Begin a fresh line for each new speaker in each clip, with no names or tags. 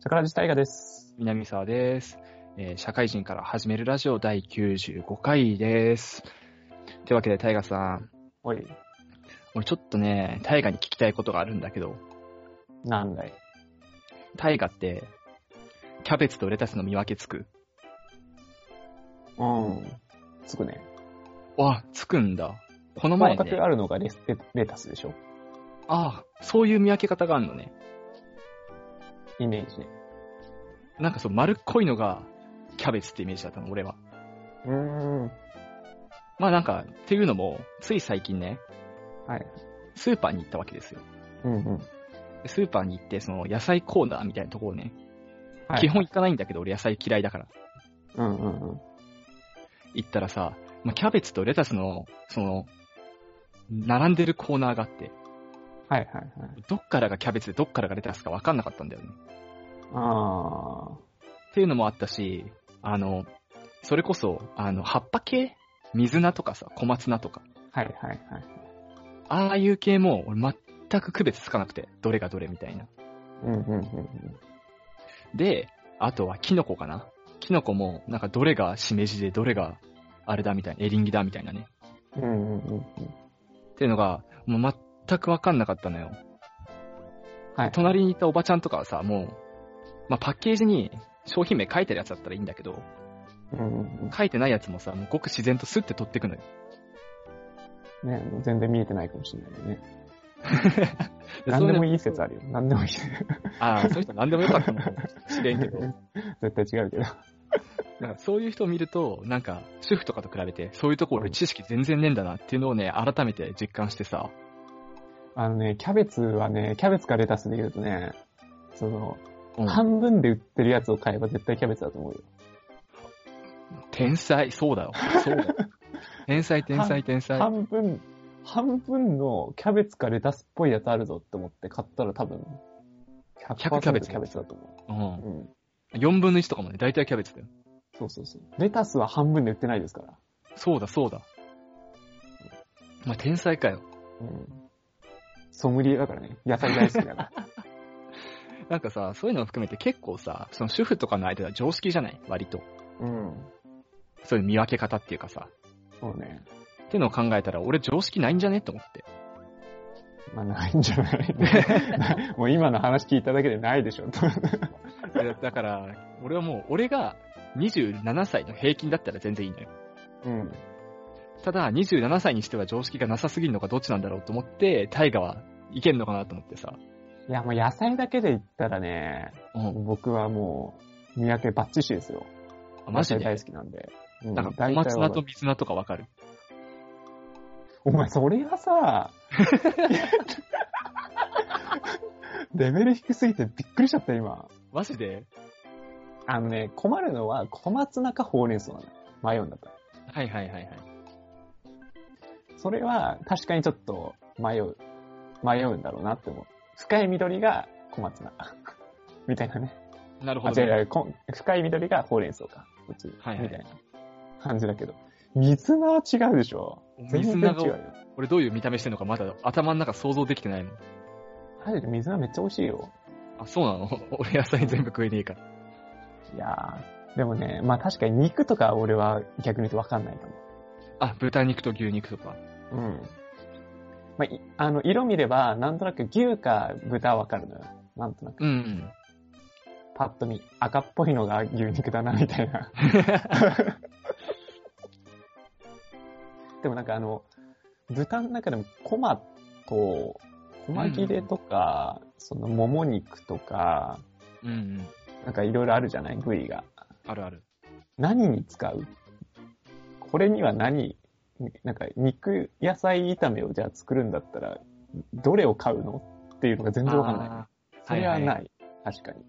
桜地大河です。
南沢です、えー社会人から始めるラジオ第95回です。というわけで、タイガさん、
おい、
俺ちょっとね、タイガに聞きたいことがあるんだけど、
なんだい。
タイガって、キャベツとレタスの見分けつく
うん。つくね。
あ、つくんだ。この
まあ、
前
お宅
ね、
あるのがレスレレタスでしょ
あそういう見分け方があるのね。
イメージね。
なんかそう、丸っこいのが、キャベツってイメージだったの、俺は。
うーん。は
まあなんか、っていうのも、つい最近ね、
い。
スーパーに行ったわけですよ。
うんうん。
でスーパーに行って、その野菜コーナーみたいなところをね、
はい
基本行かないんだけど、俺野菜嫌いだから。
うんうんうん。
行ったらさ、まあ、キャベツとレタスの、その、並んでるコーナーがあって、
はいはいはい。
どっからがキャベツでどっからがレタスか分かんなかったんだよね。
あ
っていうのもあったし、あの、それこそ、あの、葉っぱ系水菜とかさ、小松菜とか、
ー。はいはいはい。
ああいう系も俺全く区別つかなくて、どれがどれみたいな。
うんうんうんうん。
で、あとはキノコかな。キノコも、なんかどれがしめじでどれがあれだみたいな、エリンギだみたいなね。
うんうんうんうん。
っていうのが、もう全く分かんなかったのよ。
はい。
隣にいたおばちゃんとかはさ、もう、まあ、パッケージに商品名書いてるやつだったらいいんだけど、
うんうん
書いてないやつもさ、もうごく自然とスッて取ってくの よ。
うん。ね、全然見えてないかもしれないよね。
で
なんでも
い。
いい説あるよ。なんでもいい 説。
ああ、そういう人何でもよかったもん。知れんけど。
絶対違うけど。
なんかそういう人を見ると、なんか、主婦とかと比べて、そういうとこ俺知識全然ねえんだなっていうのをね、改めて実感してさ、
あのね、キャベツはね、キャベツかレタスで言うとね、その、
うん
半分で売ってるやつを買えば絶対キャベツだと思うよ。
天才、そうだよ。そう だよ。天才、天才、天才。
半分、半分のキャベツかレタスっぽいやつあるぞって思って買ったら多分、100%
キャベツ
キャベツだと思
うん。
う。うん。
4分の1とかもね、大体キャベツだよ。
そうそうそう。レタスは半分で売ってないですから。
そうだ、そうだ。まあ、天才かよ。
うん。ソムリエだからね。野菜大好きだから。
なんかさ、そういうのを含めて結構さ、その主婦とかの間では常識じゃない割と。
うん。
そういう見分け方っていうかさ。
そうね。
っていうのを考えたら、俺常識ないんじゃねと思って。
まあ、ないんじゃない もう今の話聞いただけでないでしょ。
だだから、俺はもう、俺が27歳の平均だったら全然いいのよ。
うん。
ただ、27歳にしては常識がなさすぎるのかどっちなんだろうと思って、タイガはいけんのかなと思ってさ。
いや、もう野菜だけで言ったらね、
うん。
僕はもう、見分けバッチシですよ。
あマジ
野菜
で
大好きなんで。うん
なんか、小
大体
松
わ
菜
か
と
る
水菜とかわかる。
お前、それが さ、レベル低すぎてびっくりしちゃった、今。
マジで
あのね、困るのは小松菜かほうれん草なの。迷うんだったら。
はいはいはいはい。
それは確かにちょっと迷う。迷うんだろうなって思う。深い緑が小松菜。 みたいなね。
なるほ
あ、
ど
違う
ね、
違うこん深い緑がほうれん草か。こっち。
はいはい
みたいな感じだけど。水菜は違うでしょ。全
水
然違う
菜が
よ。
俺どういう見た目してんのかまだ頭の中想像できてないもん。
マジで水菜めっちゃ美味しいよ。
あ、そうなの 俺野菜全部食えねえから。
いやー、でもね、まあ確かに肉とか俺は逆に言うとわかんないかも。
あ、豚肉と牛肉とか。
うん。まあ、いあの、色見れば、なんとなく牛か豚はわかるのよ。なんとなく。
うんうん。
パッと見、赤っぽいのが牛肉だな、みたい な。でもなんかあの、豚の中でもコマと、コマ切れとか、そのもも肉とか、
うんうん。
なんかいろいろあるじゃない部位が。
あるある。
何に使うこれには何なんか肉野菜炒めをじゃあ作るんだったらどれを買うのっていうのが全然わかんない。
あ
それはない。
はい
確かに。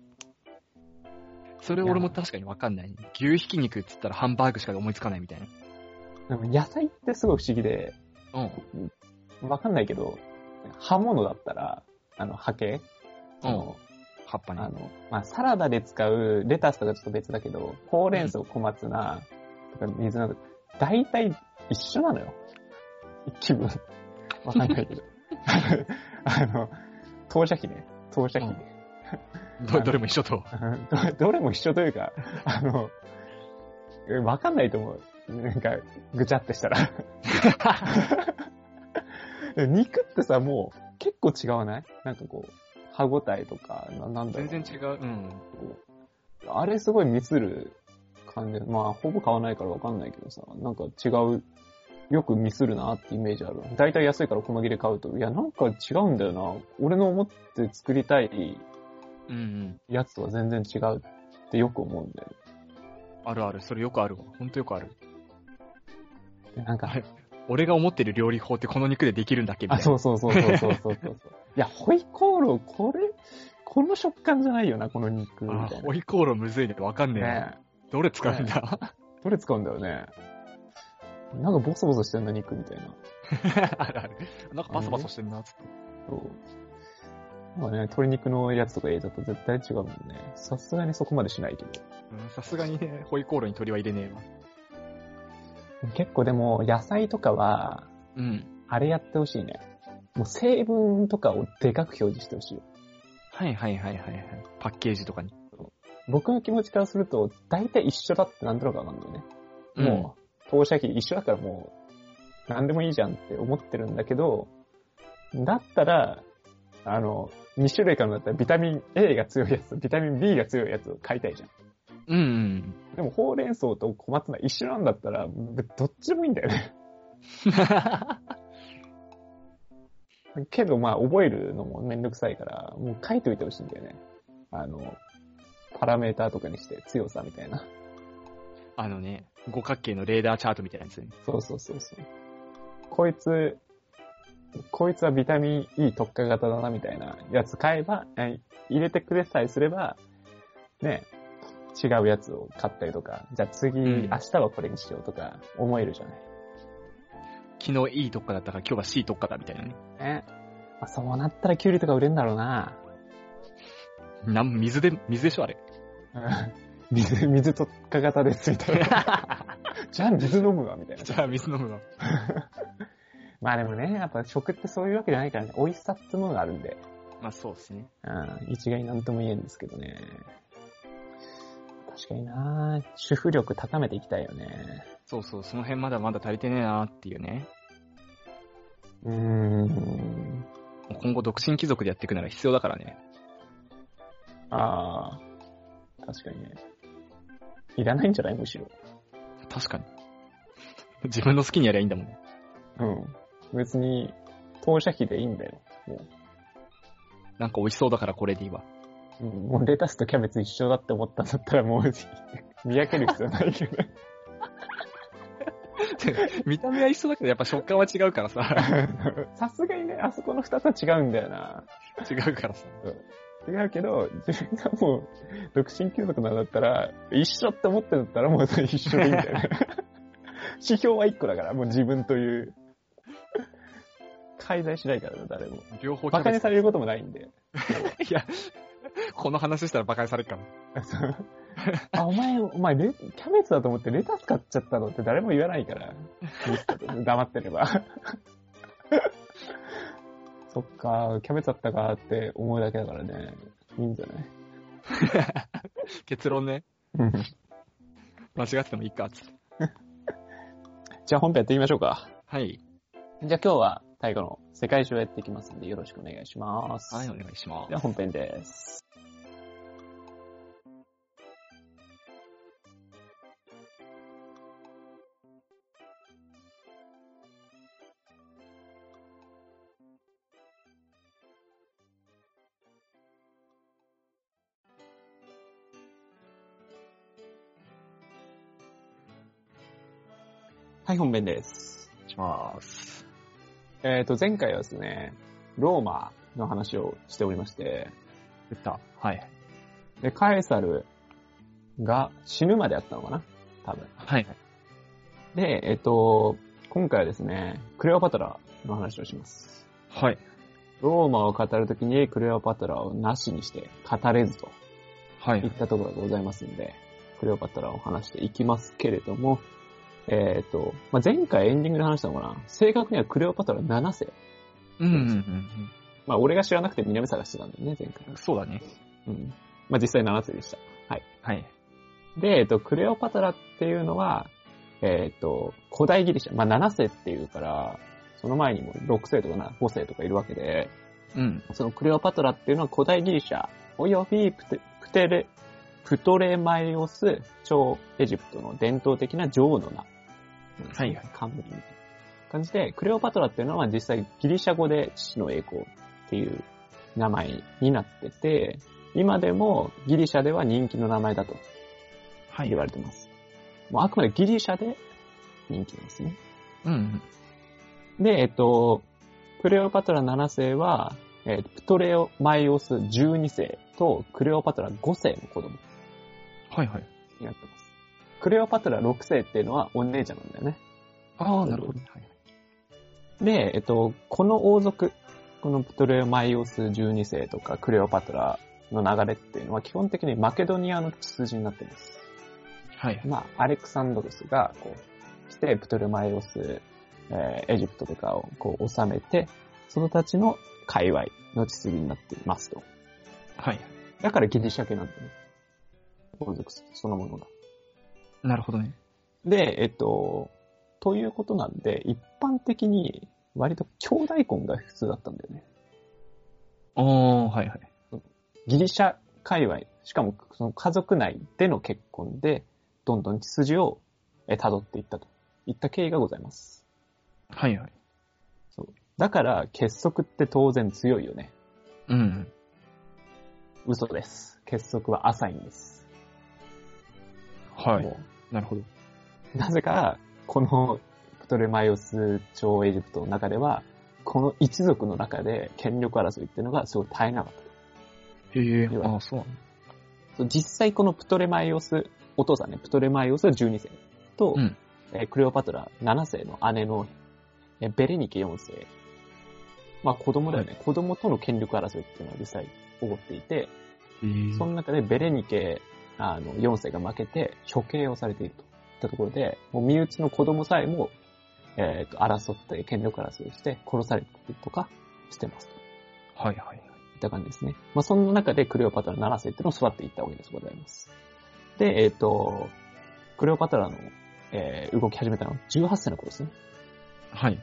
ーそれ俺も確かにわかんない。牛ひき肉っつったらハンバーグしか思いつかないみたいな。
でも野菜ってすごい不思議で、
うん。
わかんないけど、刃物だったら、あの、波形その
葉っぱ
あ
ね。
の、まあ、サラダで使うレタスとかちょっと別だけど、ほうれん草、小松菜、とか水菜とか、大体一緒なのよ。気分。わかんないけど。あの、投射費ね。投射費ね。
どどれも一 緒と。
どどれも一緒というか、あの、わかんないと思う。なんか、ぐちゃってしたら。肉ってさ、もう結構違わないなんかこう、歯ごたえとか、ななんだろう
全。然違う。うん。
あれすごいミスる感じ。まあ、ほぼ買わないからわかんないけどさ、なんか違う、よくミスるなってイメージある。だいたい安いから細切れ買うと、いや、なんか違うんだよな。俺の思って作りたい
うんうん。
やつとは全然違うってよく思うんだよ。
あるある。それよくあるわ。ほんとよくある。
で なんか
あ、れ俺が思ってる料理法ってこの肉でできるんだっけみた
あ、
いな。
そうそうそうそうそうそ うそう。いや、ホイコーロー、これ、この食感じゃないよな、この肉。み
あ
たい
ホイコーローむずいね。わかんねえな。
な。ね
どれ使うんだ、
どれ使うんだよね。なんかボソボソしてんな、肉みたいな。
あるある。なんかバサバサしてんな、つって。
そう。まあね、鶏肉のやつとか入れちゃったら絶対違うもんね。さすがにそこまでしないけど。
うんさすがにね、ホイコーローに鳥は入れねえわ。
結構でも、野菜とかは、
うん。
あれやってほしいね。もう成分とかをでかく表示してほしいよ。
はいはいはいはいはい。パッケージとかに。
僕の気持ちからすると、大体一緒だってなんとなくわかんないね。
も
もう、投射機一緒だからもう、なんでもいいじゃんって思ってるんだけど、だったら、あの、2種類かのだったらビタミン A が強いやつとビタミン B が強いやつを買いたいじゃん。
う。うん、うん。
でもほうれん草と小松菜一緒なんだったら、ぶどっちでもいいんだよね。 けどまあ覚えるのもめんどくさいから、もう書いておいてほしいんだよね。あの、パラメーターとかにして強さみたいな。
あのね、五角形のレーダーチャートみたいなやつね。
そうそうそうそう。こいつ、こいつはビタミン E 特化型だなみたいなやつ買えば、え入れてくれさえすれば、ね、違うやつを買ったりとか、じゃあ次、
うん
明日はこれにしようとか思えるじゃない。
昨日 E 特化だったから今日は C 特化だみたいなね。
ね。まあ、そうなったらキュウリとか売れんだろうな。
なん水で、水でしょあれ。
うん水、水特化型ですみたいな。じゃあ水飲むわ、みたいな
じ。ゃあ水飲むわ。
まあでもね、やっぱ食ってそういうわけじゃないからね、美味しさってものがあるんで。
まあそうですね。
うん、一概になんとも言えんですけどね。確かにな主婦力高めていきたいよね。
そうそう、その辺まだまだ足りてねえなっていうね。
うーん。
もう今後独身貴族でやっていくなら必要だからね。
ああ、確かにね。いらないんじゃないむしろ。
確かに。 自分の好きにやりゃいいんだもんね。
うん。別に、投射費でいいんだよ。も
なんか美味しそうだからこれでいいわ。
う、うん、もうレタスとキャベツ一緒だって思ったんだったらもう、見分ける必要ないけど。
見た目は一緒だけどやっぱ食感は違うからさ。
さすがにね、あそこの二つは違うんだよな。
違うからさ。
違うけど、自分がもう、独身貴族なんだったら、一緒って思ってんだったらもうそれ一緒でいいんだよね。指標は一個だから、もう自分という。介在しないからね、誰も。
両方
馬鹿にさ
れ
れることもないんで。
いや、この話したら馬鹿にされるから。
あ、お前、お前レ、キャベツだと思ってレタス買っちゃったのって誰も言わない から。黙ってれば。 そっか、キャベツだったかって思うだけだからね。いいんじゃない
結論ね、
うん
間違っててもいいか、つって。
じゃあ本編やっていきましょうか。
はい。
じゃあ今日は最後の世界史をやっていきますんでよろしくお願いします。
はい、お願いしま
では本編です。はい、本編です。
す。します。
えっ、と、前回はですね、ローマの話をしておりまして、
言った。はい。
で、カエサルが死ぬまであったのかな多分。
はい。
で、えっ、と、今回はですね、クレオパトラの話をします。
はい。
ローマを語るときにクレオパトラをなしにして語れずと
はいい
っ。たところがございますんで、クレオパトラを話していきますけれども、えっ、と、まあ、前回エンディングで話したのかな正確にはクレオパトラ7世。
うんうんうん
まあ、俺が知らなくて南探してたんだよね、前回
う。ん。そうだね。
うん。まあ実際7つでした。
はい。
で、えっと、クレオパトラっていうのは、えっと、古代ギリシャ、まあ7世っていうから、その前にも6世とかな5世とかいるわけで、
うん。
そのクレオパトラっていうのは古代ギリシャ、およびプテプテレ、プトレマイオス超エジプトの伝統的な女王の名。
はいはい。
冠みたいな感じで、クレオパトラっていうのは実際ギリシャ語で父の栄光っていう名前になってて、今でもギリシャでは人気の名前だと
は
言われてます。もうあくまでギリシャで人気なんですね。
うんうん。
で、えっと、クレオパトラ7世は、えープトレオマイオス12世とクレオパトラ5世の子供
はいはい。
になってます。クレオパトラ6世っていうのはお姉ちゃんなんだよね。
ああ、なるほど。はい
で、えっと、この王族、このプトレオマイオス12世とかクレオパトラの流れっていうのは基本的にマケドニアの血筋になってます。
はい。はい。
まあ、アレクサンドロスが、こう、来て、プトレマイオス、えーエジプトとかを、こう、治めて、そのたちの界隈の血筋になっていますと。
はい。
だからギリシャ系なんだね。王族そのものが。
なるほどね。
で、えっと、ということなんで、一般的に、割と兄弟婚が普通だったんだよね。
ああ、はいはい。
ギリシャ界隈、しかもその家族内での結婚で、どんどん血筋をえー辿っていったといった経緯がございます。
はいはい。
だから結束って当然強いよね。
うん。
嘘です。結束は浅いんです。
は
も
い。なるほど。
うなぜか、このプトレマイオス朝エジプトの中では、この一族の中で権力争いっていうのがすごい絶えなかった。
へえ
要、は
ああ、そうなんだ。
そう実際このプトレマイオス、お父さんね、プトレマイオス12世と、
うん
えークレオパトラ7世の姉の、えーベレニケ4世。まあ子供だよね、子供との権力争いっていうのは実際起こっていて、
へえ
その中でベレニケあの4世が負けて処刑をされているといったところで、もう身内の子供さえも、えーと争って、権力争いして殺されたりとかしてますと。
はいはい。
いった感じですね。まあ、そんな中でクレオパトラ7世っていうのを育っていったわけですございます。で、えっ、と、クレオパトラの、えー動き始めたのは18世の頃ですね。
はい。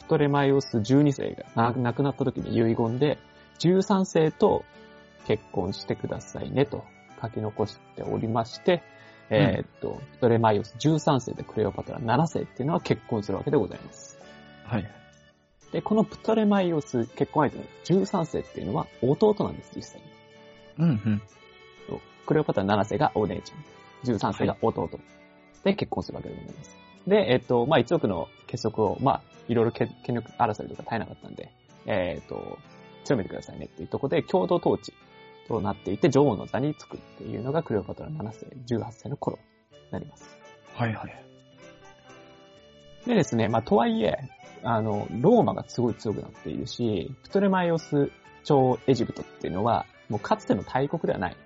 プトレマイオス12世が亡くなった時に遺言で、13世と結婚してくださいねと書き残しておりまして、
ん
えーっと、プトレマイオス13世とクレオパトラ7世っていうのは結婚するわけでございます。
はい。
で、このプトレマイオス結婚相手の13世っていうのは弟なんです、実際に。
うんうん。
クレオパトラ7世がお姉ちゃん、13世が弟。で、結婚するわけでございます。で、えっと、まあ、一族の結束を、まあ、いろいろけ権力争いとか絶えなかったんで、えっと、強めてくださいねっていうところで、共同統治となっていて、女王の座につくっていうのがクレオパトラ7世、18世の頃になります。
はいはい。
でですね、まあ、とはいえ、あの、ローマがすごい強くなっているし、プトレマイオス朝エジプトっていうのは、もうかつての大国ではない。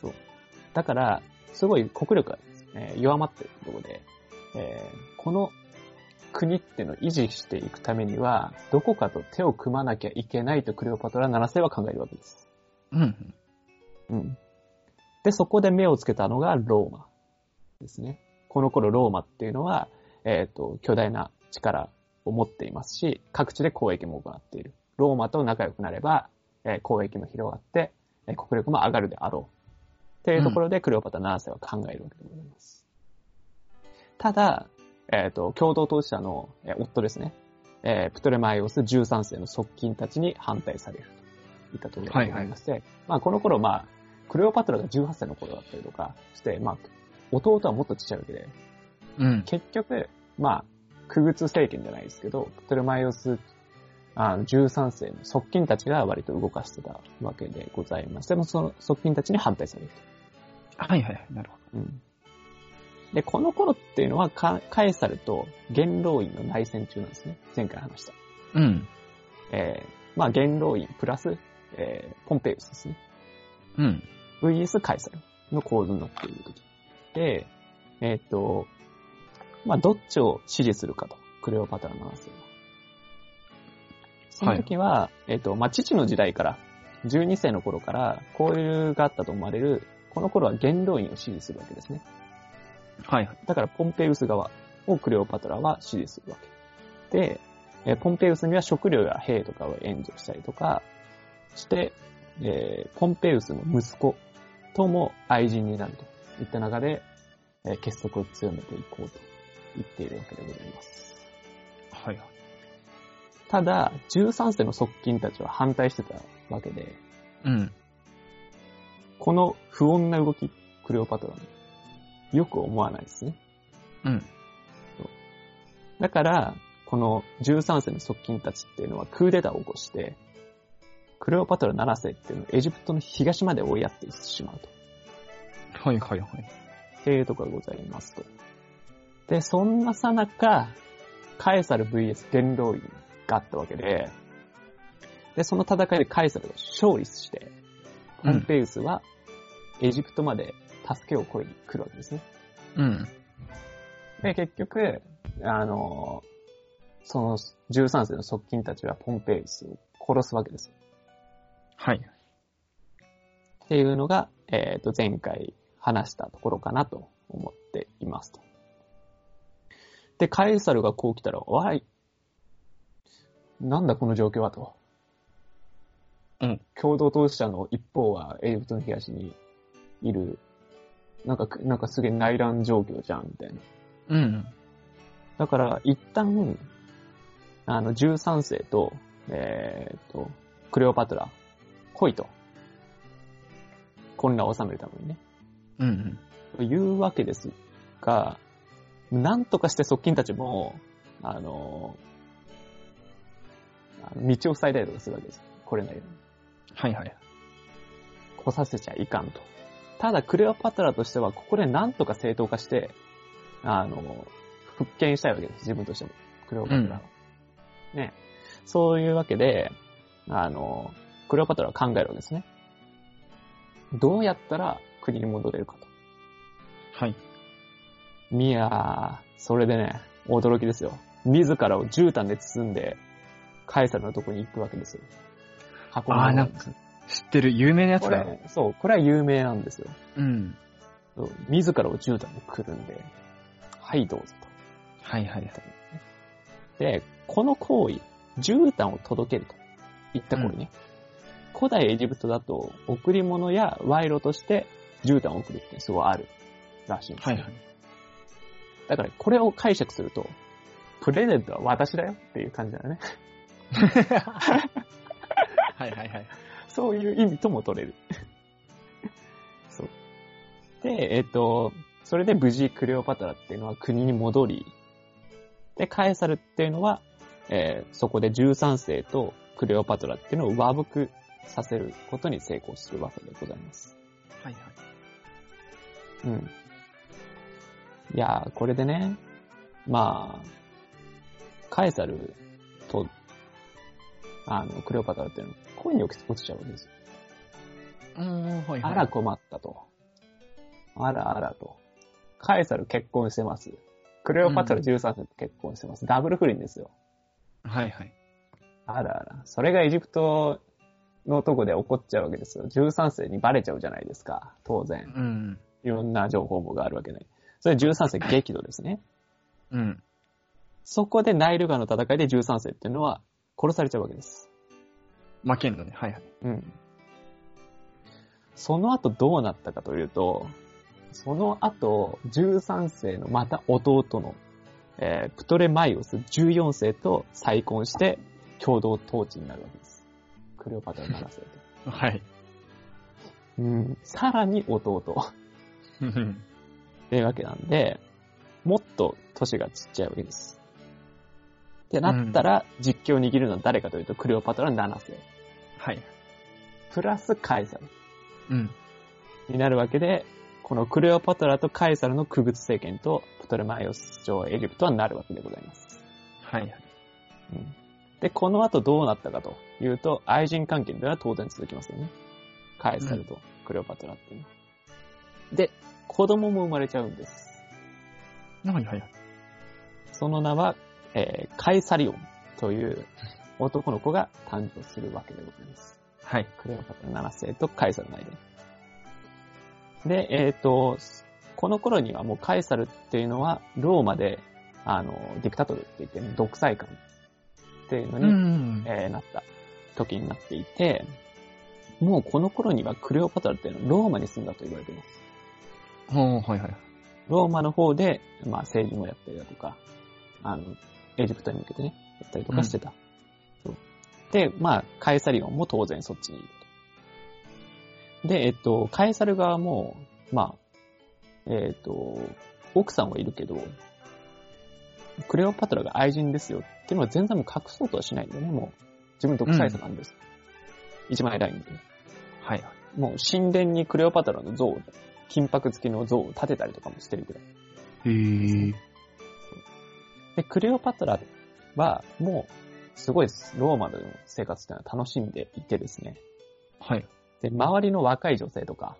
そう。だから、すごい国力が、えー弱まってるところで、えーこの国っていうのを維持していくためには、どこかと手を組まなきゃいけないとクレオパトラ7世は考えるわけです。
うんうん。
うん。で、そこで目をつけたのがローマですね。この頃ローマっていうのは、えっ、と、巨大な力を持っていますし、各地で交易も行っている。ローマと仲良くなれば、えー交易も広がって、えー国力も上がるであろう。っていうところで、クレオパトラ7世は考えるわけでございます。ただ、えっ、と、共同当事者の、えー夫ですね。えープトレマイオス13世の側近たちに反対されるといったところでございまして、まあ、この頃、まあ、クレオパトラが18歳の頃だったりとかして、まあ、弟はもっとちっちゃいわけで、
うん。
結局、まあ、クグツ政権じゃないですけど、プトレマイオスあの13世の側近たちが割と動かしてたわけでございまして、でもその側近たちに反対される
はいはいはい。なるほ
と。うんで、この頃っていうのはカ、カエサルと元老院の内戦中なんですね。前回話した。
ど。うん。
えー、まあ元老院プラス、えー、ポンペイウスですね。
うん。
VS カエサルの構図になっている時。で、えーっと、まあ、どっちを支持するかと、クレオパトラ7世は。その時は、えーっと、まあ、父の時代から12世の頃から交流があったと思われる、この頃は元老院を支持するわけですね。
はい。
だからポンペイウス側をクレオパトラは支持するわけ。で、えーポンペイウスには食料や兵とかを援助したりとかして、えーポンペイウスの息子とも愛人になるといった中で、えー結束を強めていこうと言っているわけでございます。
はい。
ただ、13世の側近たちは反対してたわけで、
うん。
この不穏な動き、クレオパトラの、よく思わないですね。
うん。
だから、この13世の側近たちっていうのはクーデターを起こして、クレオパトラ7世っていうのをエジプトの東まで追いやってしまうと。
はいはいはい。
っていうところがございますと。で、そんなさなか、カエサル VS 元老院があったわけで、で、その戦いでカエサルが勝利して、ポンペイウスはエジプトまで助けを声に来るわけですね。
うん。
で、結局、あの、その13世の側近たちはポンペイウスを殺すわけです。
はい。
っていうのが、えっ、と、前回話したところかなと思っていますと。で、カエサルがこう来たら、おい、なんだこの状況はと。
うん。
共同当事者の一方はエジプトの東にいる、なんか、なんかすげえ内乱状況じゃん、みたいな。
うん。
だから、一旦、あの、13世と、えーっと、クレオパトラ、来いと。混乱を収めるためにね。
うん。
というわけですが、なんとかして側近たちも、あの、あの道を塞いだりとかするわけです。来れないように。
はいはい。
来させちゃいかんと。ただ、クレオパトラとしては、ここでなんとか正当化して、あの、復権したいわけです、自分としても。クレオパトラは。ね。そういうわけで、あの、クレオパトラは考えるわけですね。どうやったら国に戻れるかと。
はい。
いやー、それでね、驚きですよ。自らを絨毯で包んで、カエサルのとこに行くわけですよ。箱の中
あーなんか知ってる有名なやつ
こ
だよ。
れ、そう、これは有名なんですよ。
うん。
そう自らを絨毯にくるんで、はい、どうぞ
はいはい。
と。で、この行為、絨毯を届けるといった行為ね。古代エジプトだと、贈り物や賄賂として絨毯を送るってすごいあるらしいんです
は
よ
いはい。
だから、これを解釈すると、プレゼントは私だよっていう感じだよね。
はいはいはい。
そういう意味とも取れる。そう。で、えっと、それで無事クレオパトラっていうのは国に戻り、で、カエサルっていうのは、えーそこで13世とクレオパトラっていうのを和睦させることに成功するわけでございます。
はいは
う
い。
ん。いやー、これでね、まあ、カエサルと、あの、クレオパトラっていうのは恋に落ち落ちちゃうわけですよ
うーん、はいはい。
あら困ったと。あらあらと。カエサル結婚してます。クレオパトラ13世と結婚してます。ダブル不倫ですよ。
はいはい。
あらあら。それがエジプトのとこで起こっちゃうわけですよ。13世にバレちゃうじゃないですか。当
う
然。
ん。
いろんな情報網があるわけない。それ13世激怒ですね。
うん。
そこでナイル川の戦いで13世っていうのは殺されちゃうわけです。
負けんのね。はいはい。
うん。その後どうなったかというと、その後、13世のまた弟の、えープトレマイオス14世と再婚して、共同統治になるわけです。クレオパトラ7世と。
はい。
うん。さらに弟。
うん
っていうわけなんで、もっと年がちっちゃいわけです。ってなったら、実況を握るのは誰かというと、クレオパトラ7世。
はい。
プラスカエサル。
うん。
になるわけで、このクレオパトラとカエサルの区別政権とプトレマイオス朝エジプトはなるわけでございます。
はいはい。
うん、で、この後どうなったかというと、愛人関係では当然続きますよね。カエサルとクレオパトラっていうのは、で、子供も生まれちゃうんです。
はいはいはい。
その名は、えーカエサリオンという男の子が誕生するわけでございます。
はい。
クレオパトラ7世とカエサルの間に。で、えっ、と、この頃にはもうカエサルっていうのは、ローマで、あの、ディクタトルって言って、独裁官っていうのに、
ん。
えーなった時になっていて、もうこの頃にはクレオパトラっていうのはローマに住んだと言われています。
ほう、はいはい。
ローマの方で、まあ政治もやったりだとか、あの、エジプトに向けてね、やったりとかしてた。そうで、まあ、カエサリオンも当然そっちにいると。で、えっと、カエサル側も、まあ、えっと、奥さんはいるけど、クレオパトラが愛人ですよっていうのは全然もう隠そうとはしないんだよね、もう。自分独裁者なんです。一番偉いんでね。
はい。
もう神殿にクレオパトラの像を、金箔付きの像を建てたりとかもしてるぐらい。
へえ。
で、クレオパトラは、もう、すごいローマでの生活っていうのは楽しんでいてですね。
はい。
で、周りの若い女性とか、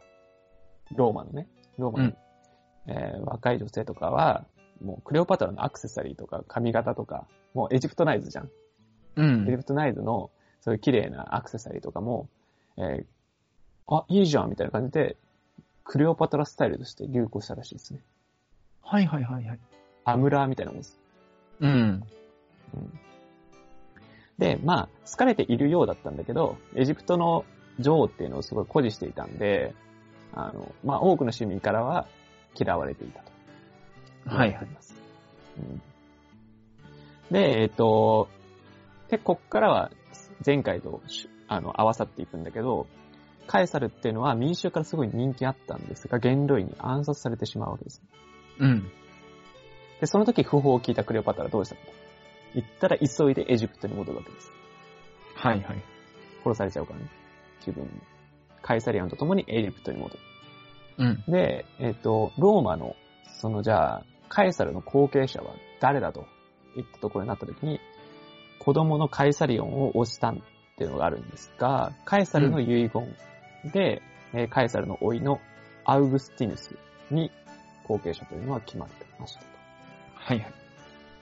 ローマのね、ローマの、えー若い女性とかは、もうクレオパトラのアクセサリーとか髪型とか、もうエジプトナイズじゃん。
う
エジ
ん。
プトナイズの、そういう綺麗なアクセサリーとかも、えーあ、いいじゃんみたいな感じで、クレオパトラスタイルとして流行したらしいですね。
はいはいはいはい。
アムラーみたいなもんです。
うん。
で、まあ、好かれているようだったんだけど、エジプトの女王っていうのをすごい誇示していたんで、あの、まあ、多くの市民からは嫌われていたと。
はい
言わ
は
れて。
い
ます。うんで、えっ、と、で、こっからは前回としあの合わさっていくんだけど、カエサルっていうのは民衆からすごい人気あったんですが、元老院に暗殺されてしまうわけです。
うん。
で、その時訃報を聞いたクレオパトラはどうしたのか。行ったら急いでエジプトに戻るわけです。
はいはい。
殺されちゃうからね。自分も。カイサリアンと共にエジプトに戻
うん。
る。で、えっ、と、ローマの、そのじゃあ、カエサルの後継者は誰だと言ったところになった時に、子供のカイサリオンを推したんっていうのがあるんですが、カエサルの遺言で、えーカエサルの甥のアウグスティヌスに後継者というのは決まってました
はいはい。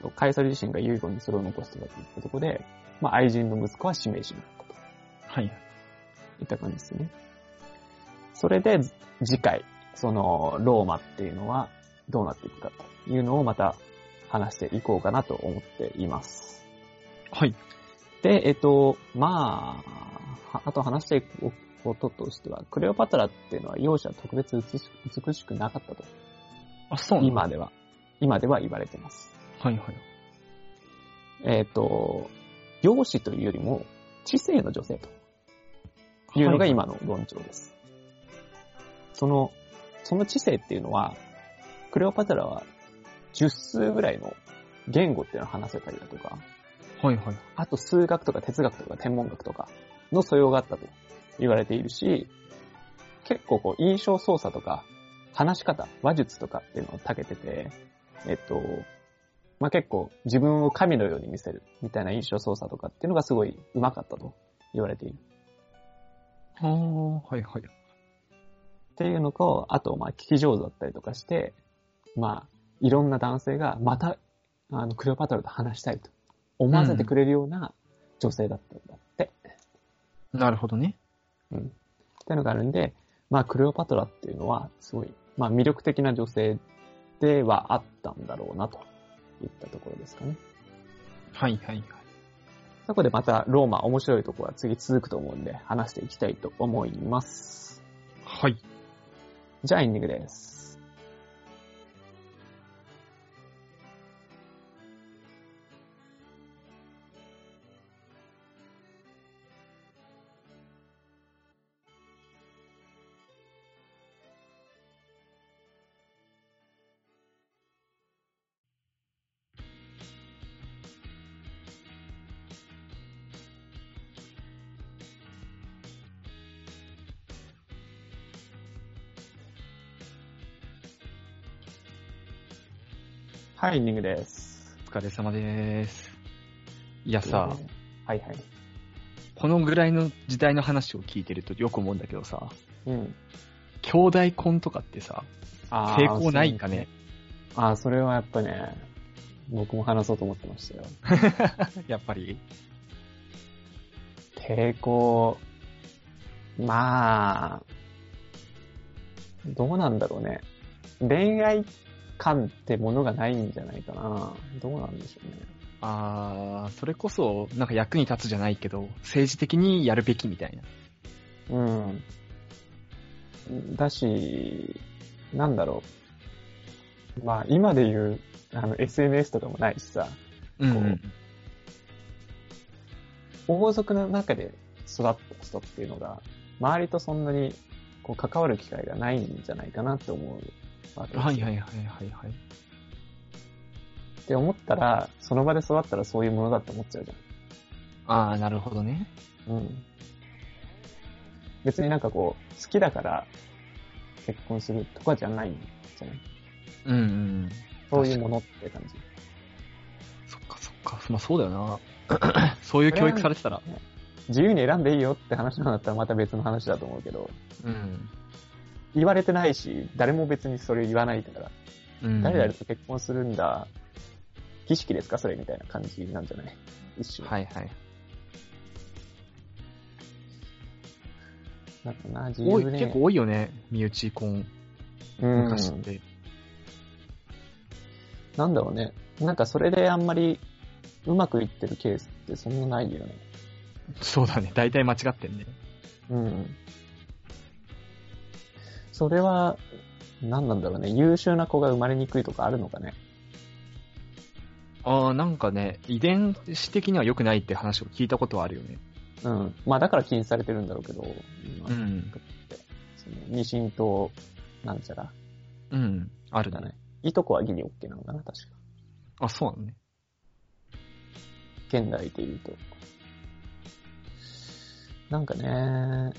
と。カエサル自身が遺言にそれを残してたというところで、まあ愛人の息子は指名しなかったと。
はいはい。
いった感じですね。それで、次回、その、ローマっていうのはどうなっていくかというのをまた話していこうかなと思っています。
はい。
で、えっと、まあ、はあと話していくこととしては、クレオパトラっていうのは容姿は特別美し美しくなかったと、
あ、そうなんだ。
今では、今では言われています。
はいはい。
えっと、容姿というよりも、知性の女性と。いうのが今の論調です。その、その知性っていうのは、クレオパトラは10数ぐらいの言語っていうのを話せたりだとか、
はいはい。
あと数学とか哲学とか天文学とかの素養があったと言われているし、結構こう印象操作とか話し方、話術とかっていうのを長けてて、えっと、まあ、結構自分を神のように見せるみたいな印象操作とかっていうのがすごい上手かったと言われている。
ああ、はいはい。
っていうのと、あと、まあ、聞き上手だったりとかして、まあ、いろんな男性がまた、あの、クレオパトラと話したいと思わせてくれるような女性だったんだって。
なるほどね。
うん。っていうのがあるんで、まあ、クレオパトラっていうのは、すごい、まあ、魅力的な女性ではあったんだろうな、といったところですかね。
はいはいはい。
そこでまた、ローマ面白いところは次続くと思うんで、話していきたいと思います。
はい。
じゃあ、エンディングです。はい、エンディングです。
お疲れ様です。いやさ、
はいはい。
このぐらいの時代の話を聞いてるとよく思うんだけどさ、
うん。
兄弟婚とかってさ、
あー
成功ないんかね。
そうあー、それはやっぱね、僕も話そうと思ってましたよ。
やっぱり。
抵抗、まあ、どうなんだろうね。恋愛感ってものがないんじゃないかな。どうなんでしょうね。
あー、それこそ、なんか役に立つじゃないけど、政治的にやるべきみたいな。
うん。だし、なんだろう。まあ、今で言う、あの、SNS とかもないしさ、
うん
王族の中で育った人っていうのが、周りとそんなに、こう、関わる機会がないんじゃないかなって思うわけですよ
はいはいはいはいはい。
って思ったら、その場で育ったらそういうものだって思っちゃうじ
あー、なるほどね。
ゃん。うん。別になんかこう、好きだから結婚するとかじゃないんじゃない
うんうん。
そういうものって感じ。
そっかそっか。まあそうだよ な。そういう教育されてたら。
自由に選んでいいよって話なんだったらまた別の話だと思うけど、
うん。
言われてないし、誰も別にそれ言わないから、
うん、
誰々と結婚するんだ、儀式ですかそれみたいな感じなんじゃない一種。
はいはい。
なんかな、自
多い
由ね。
結構多いよね。身内婚、
うん
昔って。
なんだろうね。なんかそれであんまりうまくいってるケースってそんなないよね。
そうだね。大体間違ってんね。
うん。それは、何なんだろうね。優秀な子が生まれにくいとかあるのかね。
あー、なんかね、遺伝子的には良くないって話を聞いたことはあるよね。
うん。まあだから禁止されてるんだろうけど、今
ん。
その二親と、なんちゃら
うん。ある
だ
だね。
ね。いとこはギリ OK なのかな、確か。
あ、そうなのね。
現代で言うと。なんかね、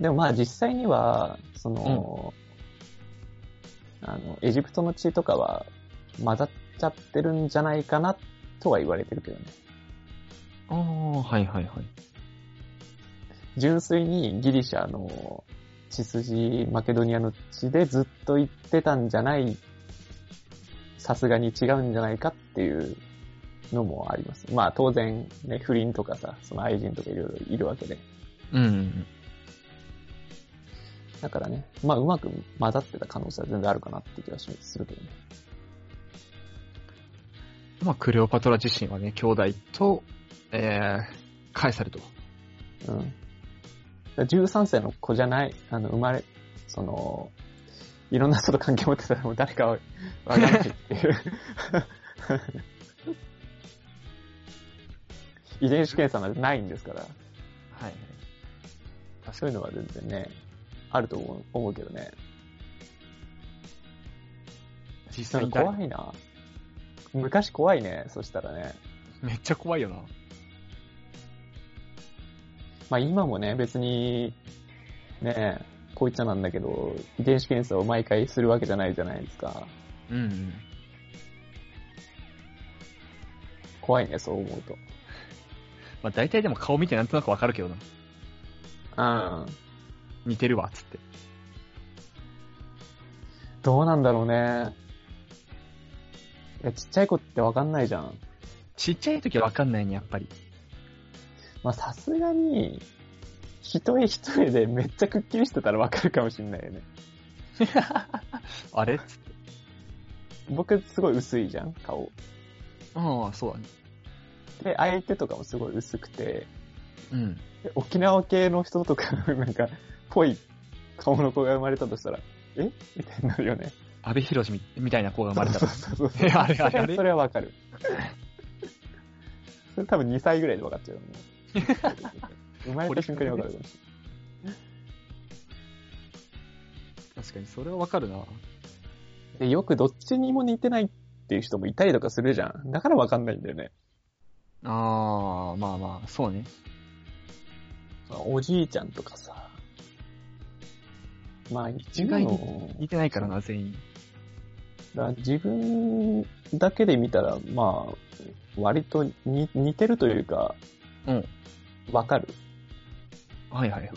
でもまあ実際には、その、あの、エジプトの血とかは混ざっちゃってるんじゃないかなとは言われてるけどね。
ああ、はいはいはい。
純粋にギリシャの血筋、マケドニアの血でずっと言ってたんじゃない、さすがに違うんじゃないかっていうのもあります。まあ当然ね、不倫とかさ、その愛人とかいろいろいるわけで。
うん。
だからね、まあうまく混ざってた可能性は全然あるかなって気がしするけどね。
まあ、クレオパトラ自身はね、兄弟と、えー、カエサル と。
うん。だから13世の子じゃない、あの、生まれ、その、いろんな人と関係持ってたらもう誰かはわかんないっていう。 遺伝子検査なんてないんですから、
はい。
そういうのは全然ね、あると思う思うけどね。な
実際
ん
に
か
誰
怖いな。昔怖いね、そしたらね。
めっちゃ怖いよな。
まあ今もね、別に、ねえ、こういっちゃなんだけど、遺伝子検査を毎回するわけじゃないじゃないですか。
うん、うん。
怖いね、そう思うと。
まあ、大体でも顔見てなんとなくわかるけどな。
うん。
似てるわ、つって。
どうなんだろうね。いや、ちっちゃい子ってわかんないじゃん。
ちっちゃい時はわかんないね、やっぱり。
まあ、さすがに、一重一重で めっちゃくっきりしてたらわかるかもしんないよね。
あれつって。
僕すごい薄いじゃん、顔。
ああ、そうだね。
で、相手とかもすごい薄くて、
うん。
で沖縄系の人とか、 なんか、ぽい顔の子が生まれたとしたら、えみたいになるよね。
安倍博士みみたいな子が生まれた
そう
ら。
そうそう
いや あれあれあれ
それはわかる。それ多分2歳ぐらいで分かっちゃうよね。 生まれた瞬間に分かるかもしれない。
確かに、それはわかるな。
で、よくどっちにも似てないっていう人もいたりとかするじゃん。だからわかんないんだよね。
ああ、まあまあ、そうね。
おじいちゃんとかさ。まあ、一
一概に
応
似てないからな、全員。
だ自分だけで見たら、まあ、割とに似てるというか、
うん。
わかる。
はいはい。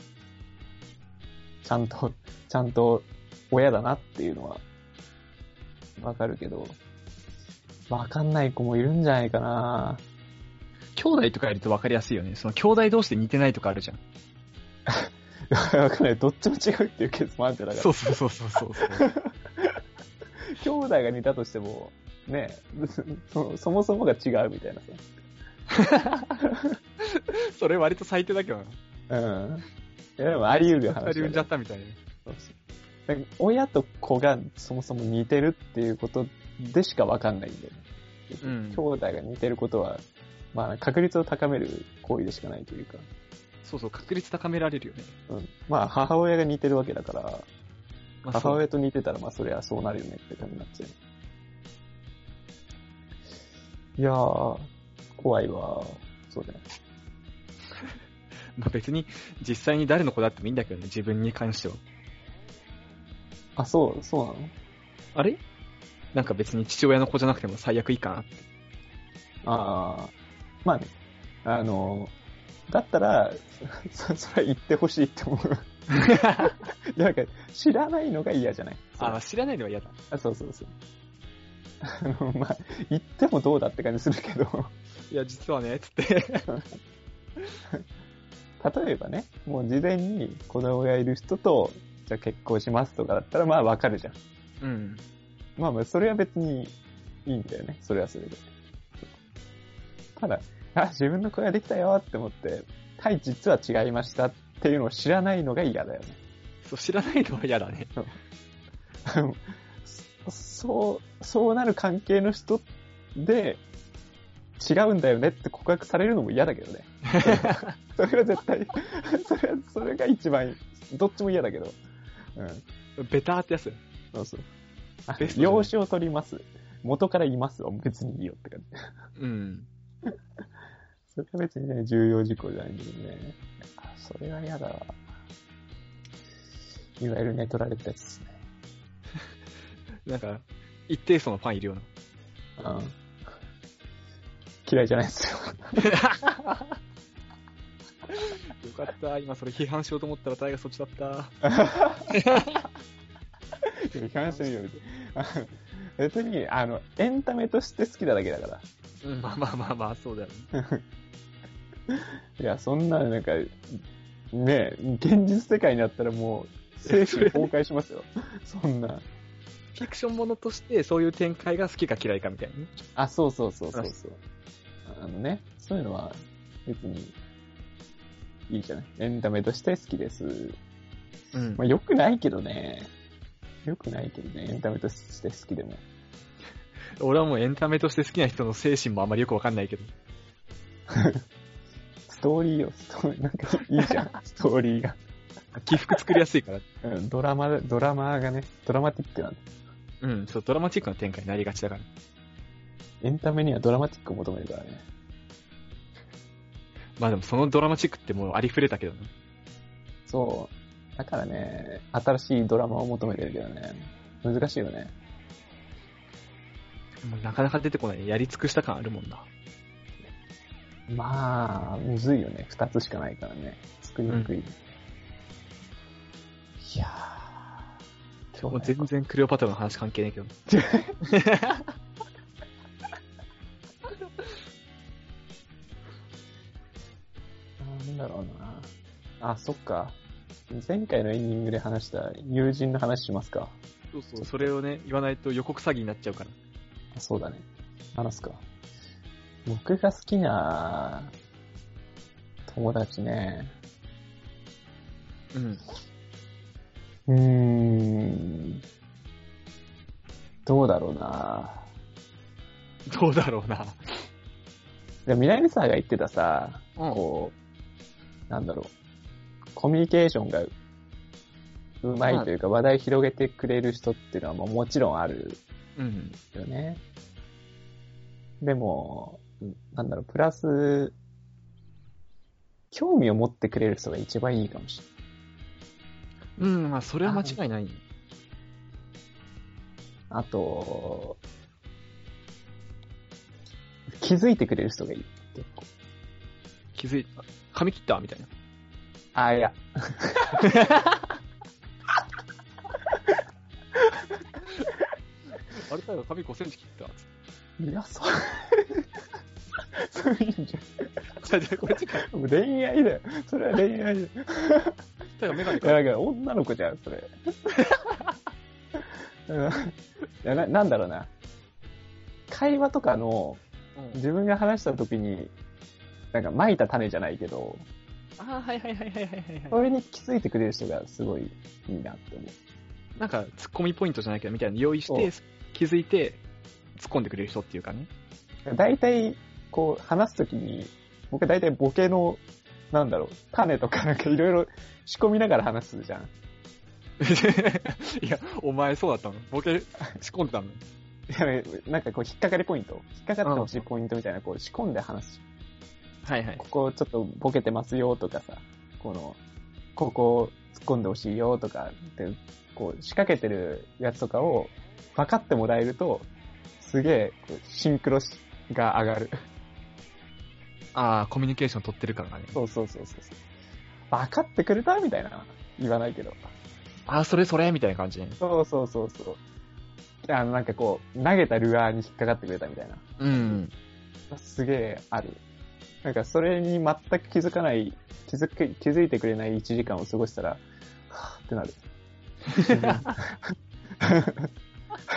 ちゃんと、ちゃんと親だなっていうのは、わかるけど、わかんない子もいるんじゃないかな
兄弟とかいると分かりやすいよね。その兄弟同士で似てないとかあるじゃん。
わかんない。どっちも違うっていうケースもあるんじゃないか
そうそうそうそうそうそう。
兄弟が似たとしても、ねそ、そもそもが違うみたいな
それ割と最低だけどな。
さ。うん。いや、でもあり得る話だね
二人産んじゃったみたいな。
そうそうなんか親と子がそもそも似てるっていうことでしかわかんないんだよね。
うん
兄弟が似てることは、まあ、確率を高める行為でしかないというか、
そうそう、確率高められるよね。
うん、まあ、母親が似てるわけだから、
まあ、
母
そう
親と似てたら、まあ、そりゃそうなるよねって感じになっちゃう。いやー、怖いわー。そうだね。
まあ別に、実際に誰の子だってもいいんだけどね、自分に関しては。
あ、そう、そうなの
あれなんか別に父親の子じゃなくても最悪いいかなって。
ああ、まあね、あの、だったら、 そ、それは言ってほしいって思う。 いや、なんか、知らないのが嫌じゃないそれ
あ、知らないのは嫌だ。
あ、そうそうそう。あの、まあ、言ってもどうだって感じするけど、
いや、実はね、つって。
例えばね、もう事前に子供がいる人と、じゃあ結婚しますとかだったら、まあわかるじゃん。
うん。
まあまあ、それは別にいいんだよね。それはそれで。ただ、あ、自分の子ができたよって思って、はい、実は違いましたっていうのを知らないのが嫌だよね。
そう、知らないのは嫌だね。
あのそそう、 そうなる関係の人で、違うんだよねって告白されるのも嫌だけどね。 それは絶対、 それは、それが一番、どっちも嫌だけど。うん。
ベターってやつ。
そうそう。あ
ベストじゃない
養子を取ります。元からいますは別にいいよって感じ。
うん。
それは別にね、重要事項じゃないんだけどね。あそれは嫌だわ。いわゆるね、取られたやつですね。
なんか、一定数のファンいるような。
うん。嫌いじゃないですよ。
よかった、今それ批判しようと思ったら大がそっちだった。
批判してみよう。別に、あの、エンタメとして好きだだけだから。
うん、まあまあまあまあ、そうだよね。
いや、そんな、なんか、ねえ、現実世界になったらもう、精神崩壊しますよ。そんな。
フィクションものとして、そういう展開が好きか嫌いかみたいなね。
あ、そうそうそうそうそう。あのね、そういうのは別にいいじゃない。エンタメとして好きです。
うん
まあ、良くないけどね。良くないけどね、エンタメとして好きでも。
俺はもうエンタメとして好きな人の精神もあんまりよくわかんないけど。
ストーリーよ、ストーリー、なんかいいじゃん、ストーリーが。
起伏作りやすいから。
うん、ドラマ、ドラマがね、ドラマティックなんだ
うん、そう、ドラマチックな展開になりがちだから。
エンタメにはドラマティックを求めるからね。
まあでもそのドラマチックってもうありふれたけどね。
そう。だからね、新しいドラマを求めてるけどね、難しいよね。
もうなかなか出てこない。やり尽くした感あるもんな。
まあ、むずいよね。二つしかないからね。作りにくい。いやー。今
もう
日、ね、
全然クレオパトラの話関係ないけど。
なんだろうな。あ、そっか。前回のエンディングで話した友人の話しますか。
そうそう、それをね、言わないと予告詐欺になっちゃうから。
あそうだね。話すか。僕が好きな友達ね。
うん。
うーん。どうだろうな。
どうだろうな。
でも、ミナリサーが言ってたさ、
うん
こう、なんだろう、コミュニケーションがううまいというか、話題を広げてくれる人っていうのはもうもちろんある
うん。
よね。でも、うんなんだろう、プラス、興味を持ってくれる人が一番いいかもしれない。
うん、まあそれは間違いない。
あと、気づいてくれる人がいい。結構
気づいた。髪切ったみたいな。
あ、いや。
あれだよ、髪5センチ切った。
いや、そう。そういうんじゃん
じゃあ、これ次回。
恋愛だよ。それは恋愛だよ。
だからメガネ
いや、だから女の子じゃん、それ。 うんいやな、なんだろうな。会話とかの、
うん
自分が話した時に、なんか、撒いた種じゃないけど、
ああ、はいはいはいはいはいはいは
それに気づいてくれる人がすごいいいなって思う。
い。なんか、ツッコミポイントじゃないけど、みたいなの用意し
お
て、気づいて、突っ込んでくれる人っていうか ね。
大体、こう、話すときに、僕は大体ボケの、なんだろう、種とかなんかいろいろ仕込みながら話すじゃん。
いや、お前そうだったのボケ仕込んでたの
で なんかこう、引っかかりポイント、引っかかってほしいポイントみたいな、こう、仕込んで話す。
はいはい。
ここちょっとボケてますよとかさ、この、ここ突っ込んでほしいよとかって、こう、仕掛けてるやつとかを分かってもらえると、すげえ、こうシンクロしが上がる。
ああ、コミュニケーション取ってるからね。
そうそうそうそうそう。分かってくれたみたいな。言わないけど。
ああ、それそれみたいな感じね。
そうそうそうそう。あの、なんかこう、投げたルアーに引っかかってくれたみたいな。
うん。
すげえある。なんかそれに全く気づかない、気づく、気づいてくれない1時間を過ごしたら、はぁってなる。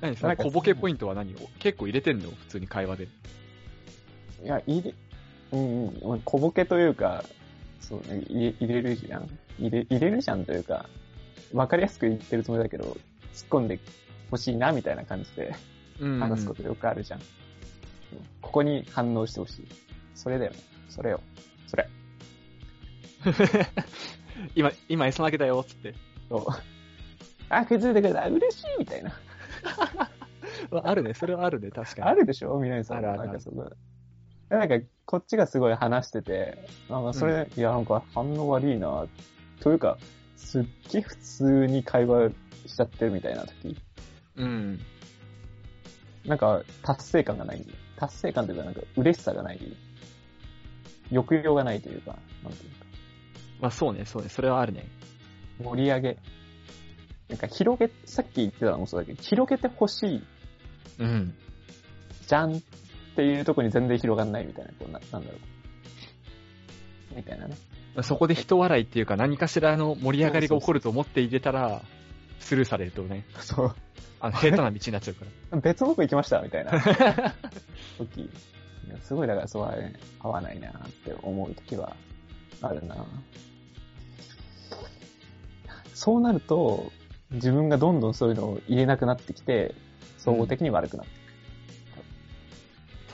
何その小ボケポイントは何結構入れてんの普通に会話で。
いや、入れ、うんうん、まあ小ボケというか、そうね、入れ入れるじゃん。入れ、入れるじゃんというか、わかりやすく言ってるつもりだけど、突っ込んでほしいな、みたいな感じで
うん
話すことよくあるじゃん。ここに反応してほしい。それだよね。それよ。それ。
今、今餌投げだよ、つって。
そう。あ、気づいてくれた。嬉しいみたいな。
あるね、それはあるね、確
あるでしょみなさん。
あるあるある
なんかそのなんか、こっちがすごい話してて、なんかそれ、いや、なんか反応悪いな。というか、すっげえ普通に会話しちゃってるみたいな時。
うん。
なんか、達成感がない。達成感というか、なんか嬉しさがない。抑揚がないというか、なんていうか、
まあそうね、そうね、それはあるね。
盛り上げ。なんか広げ、さっき言ってたのもそうだけど、広げてほしい
うん。
じゃんっていうとこに全然広がんないみたいな、こうな、なんだろう。みたいなね。
そこで人笑いっていうか何かしらの盛り上がりが起こると思って入れたら、スルーされるとね、
そう。
あの、下手な道になっちゃうから。
別のとこ行きましたみたいな時。いやすごい、だから、そうはね、合わないなって思う時はあるなそうなると、自分がどんどんそういうのを入れなくなってきて、総合的に悪くなって、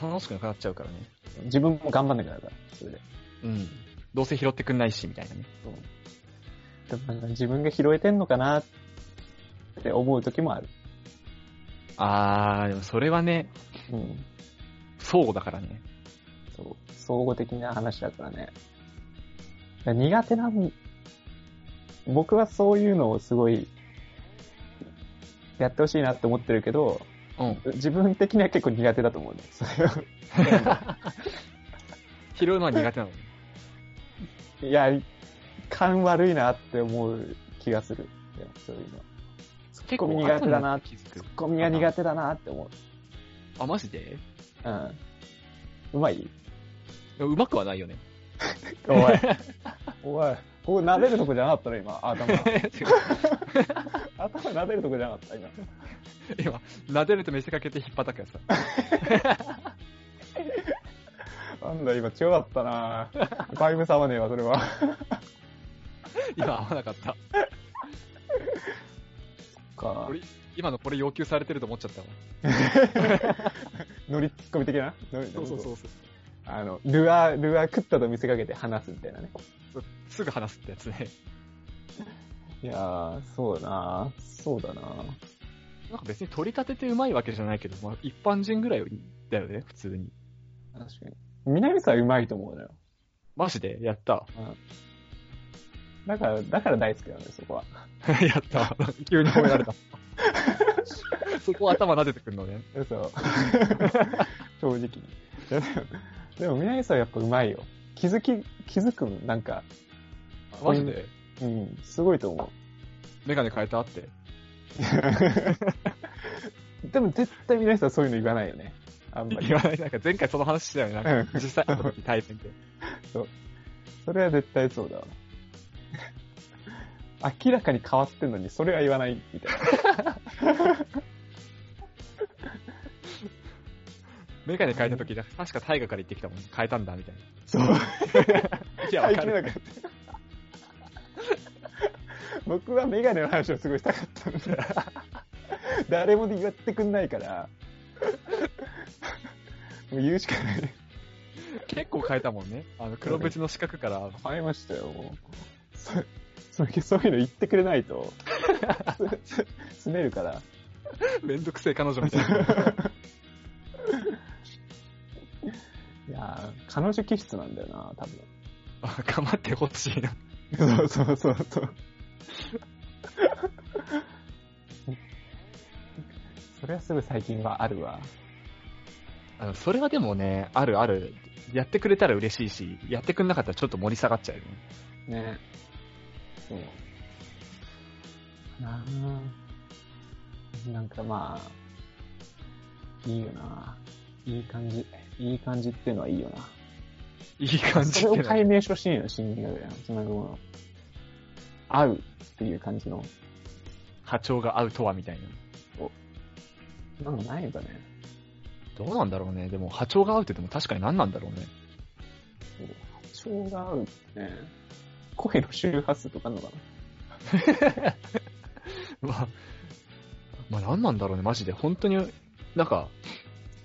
楽しくなくなっちゃうからね。
自分も頑張んなくなるから、それで。
うん。どうせ拾ってくんないし、みたいなね。
そうでもなんか自分が拾えてんのかなって思う時もある。
あー、でもそれはね、
うん。
相互だからね。
そう、総合的な話だからね。だから苦手なん、僕はそういうのをすごい、やってほしいなって思ってるけど、
うん。
自分的には結構苦手だと思うね。それは
拾うのは苦手なの。
いや、感悪いなって思う気がする。でもそういうのは。ツッ
結
コ
構
ミ苦手だな、ツ
気づく。
ッコミが苦手だなって思う。
あ、マジで
うん。うまいう
まくはない よね。
おい。おい。ここ撫でるとこじゃなかったの今。頭。頭撫でるとこじゃなかった今。
今、撫でると見せかけて引っ張ったからさ。
なんだ、今、強かったなぁ。バイブ差はねえわ、それは。
今合わなかった。
か
俺今のこれ要求されてると思っちゃったわ。
ノリツッコミ的なノリ
う。
あの、ルアー、ルアー食ったと見せかけて話すみたいなね。
すぐ話すってやつね。
いやー、そうだなぁ。そうだなぁ。
なんか別に取り立ててうまいわけじゃないけど、まあ一般人ぐらいだよね、普通に。
確かに。南さんうまいと思うのよ。
マジでやった。
だから、だから大好きなんだよ、そこは。
やった。 急に褒められた。そこ頭撫でてくんのね。
嘘。 正直に。いやでも、でも南さんやっぱうまいよ。気づき、気づくのなんか、
マジで
うん、すごいと思う。
メガネ変えたって。
でも絶対皆さんそういうの言わ ないよね。あんまり
言。わない。なんか前回その話したよね。なんか実際の時対面で。
それは絶対そうだわ。 明らかに変わってんのに、それは言わない、みたいな。
メガネ変えた時、なんか確か大河から言ってきたもん。変えたんだ、みたいな。
そう。
いや、わ
耐え
か
きれなかっ
る。
た。 僕はメガネの話をすごいしたかったんだ。誰も言ってくんないから。 もう言うしかない。
結構変えたもんね。あの、黒縁の四角から、
変えましたよ、もう。そそそういうの言ってくれない と、すすねるから。
めんどくせえ彼女みたいな。
いやー彼女気質なんだよな、多分。
あ頑張ってほしいな。
そうそうそうそう。それはすぐ最近はあるわ。
あの、それはでもね、あるある。やってくれたら嬉しいし、やってくんなかったらちょっと盛り下がっちゃうよね。
ね。そう。なあなんかまあ、いいよな。いい感じ。いい感じってのはいいよな。
いい感じ
そ
って
れを
な。
解明書シーンの新入学やん。つまりこの、合うっていう感じの、
波長が合うとはみたいな。
なんかないのかね。
どうなんだろうね。でも波長が合うってでも確かに何なんだろうね。
そう。波長が合うってね。声の周波数とかあんのかな
まあ、まあ何なんだろうね、マジで。本当に、なんか、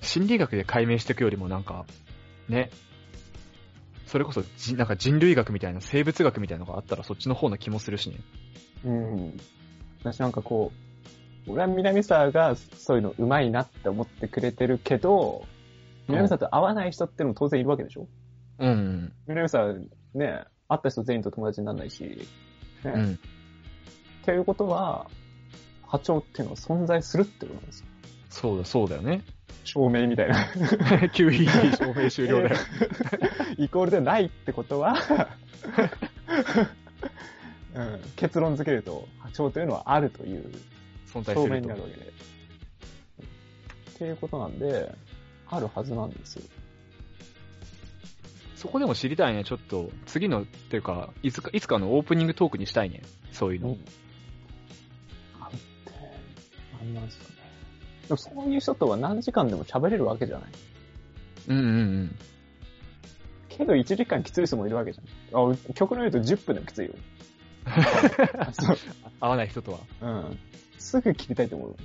心理学で解明していくよりもなんか、ね、それこそじ、なんか人類学みたいな、生物学みたいなのがあったらそっちの方な気もするしね。
うん。私なんかこう、俺は南沢がそういうの上手いなって思ってくれてるけど、南沢と合わない人ってのも当然いるわけでしょ
うん。
南沢ね、会った人全員と友達にならないし、ね。
うん。
っていうことは、波長っていうのは存在するってことなんですよ。
そうだ、そうだよね。
証明みたいな。
QED 証明終了だよ。
イコールでないってことは、うん、結論付けると、波長というのはあるという
存在
正面
する
に
と
な。るわけで。っていうことなんで、あるはずなんですよ。
そこでも知りたいね、ちょっと。次の、っていうか、いつか、いつかのオープニングトークにしたいね。そういうの。
あるって、なんなんですかね。でもそういう人とは何時間でも喋れるわけじゃない。
うんうんうん。
けど1時間きつい人もいるわけじゃない。あ極論言うと10分でもきついよ。そう
合わない人とは。
うん。すぐ切りたいと思う。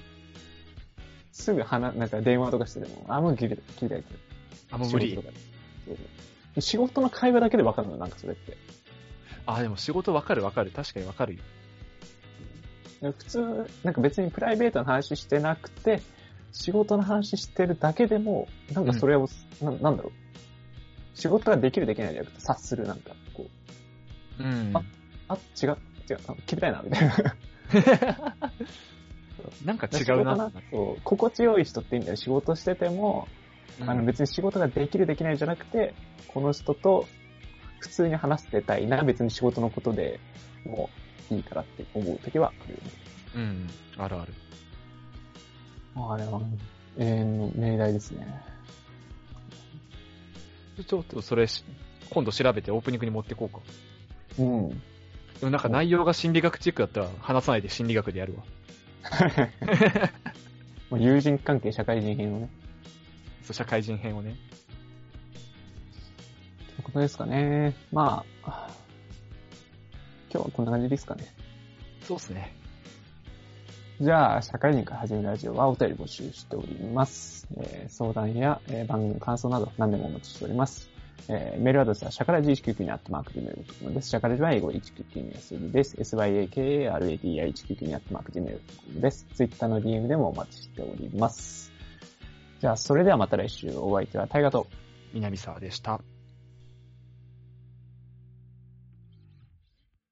すぐ話、なんか電話とかしてても、あ、もう切り切りたいって。
あ、もう無
仕
理
事。とかでそう仕事の会話だけでわかるのよ、なんかそれって。
あ、でも仕事わかるわかる。確かにわかるよ。
普通、なんか別にプライベートの話してなくて、仕事の話してるだけでも、なんかそれを、ななんだろう。仕事ができるできないじゃなくて、察するなんか、こう、
うん。
あ、違う、違う、あ切りたいな、みたいな。
なんか違
仕事
うな。
のそう、心地よい人って意味で仕事してても、
うん
あの別に仕事ができるできないじゃなくて、この人と普通に話してたいな、別に仕事のことでもういいからって思う時はあるよね。
うん。あるある。
あれは永遠の命題ですね。
ちょっとそれし、今度調べてオープニングに持ってこうか。
うん。
でもなんか内容が心理学チックだったら話さないで心理学でやるわ。
まあ友人関係、社会人編をね。
そう、社会人編をね。
ということですかね。まあ、今日はこんな感じですかね。
そうっすね。
じゃあ、社会人から始めるラジオはお便り募集しております。えー相談や、えー番組の感想など何でもお持ちしております。えーメールアドレスは、シャカラジ199にアットマークでメールとです。シャカラジは英語199に SB です。syakaradi199 にアットマークでメールです。ツイッターの DM でもお待ちしております。じゃあ、それではまた来週お相手は大河と
南沢でした。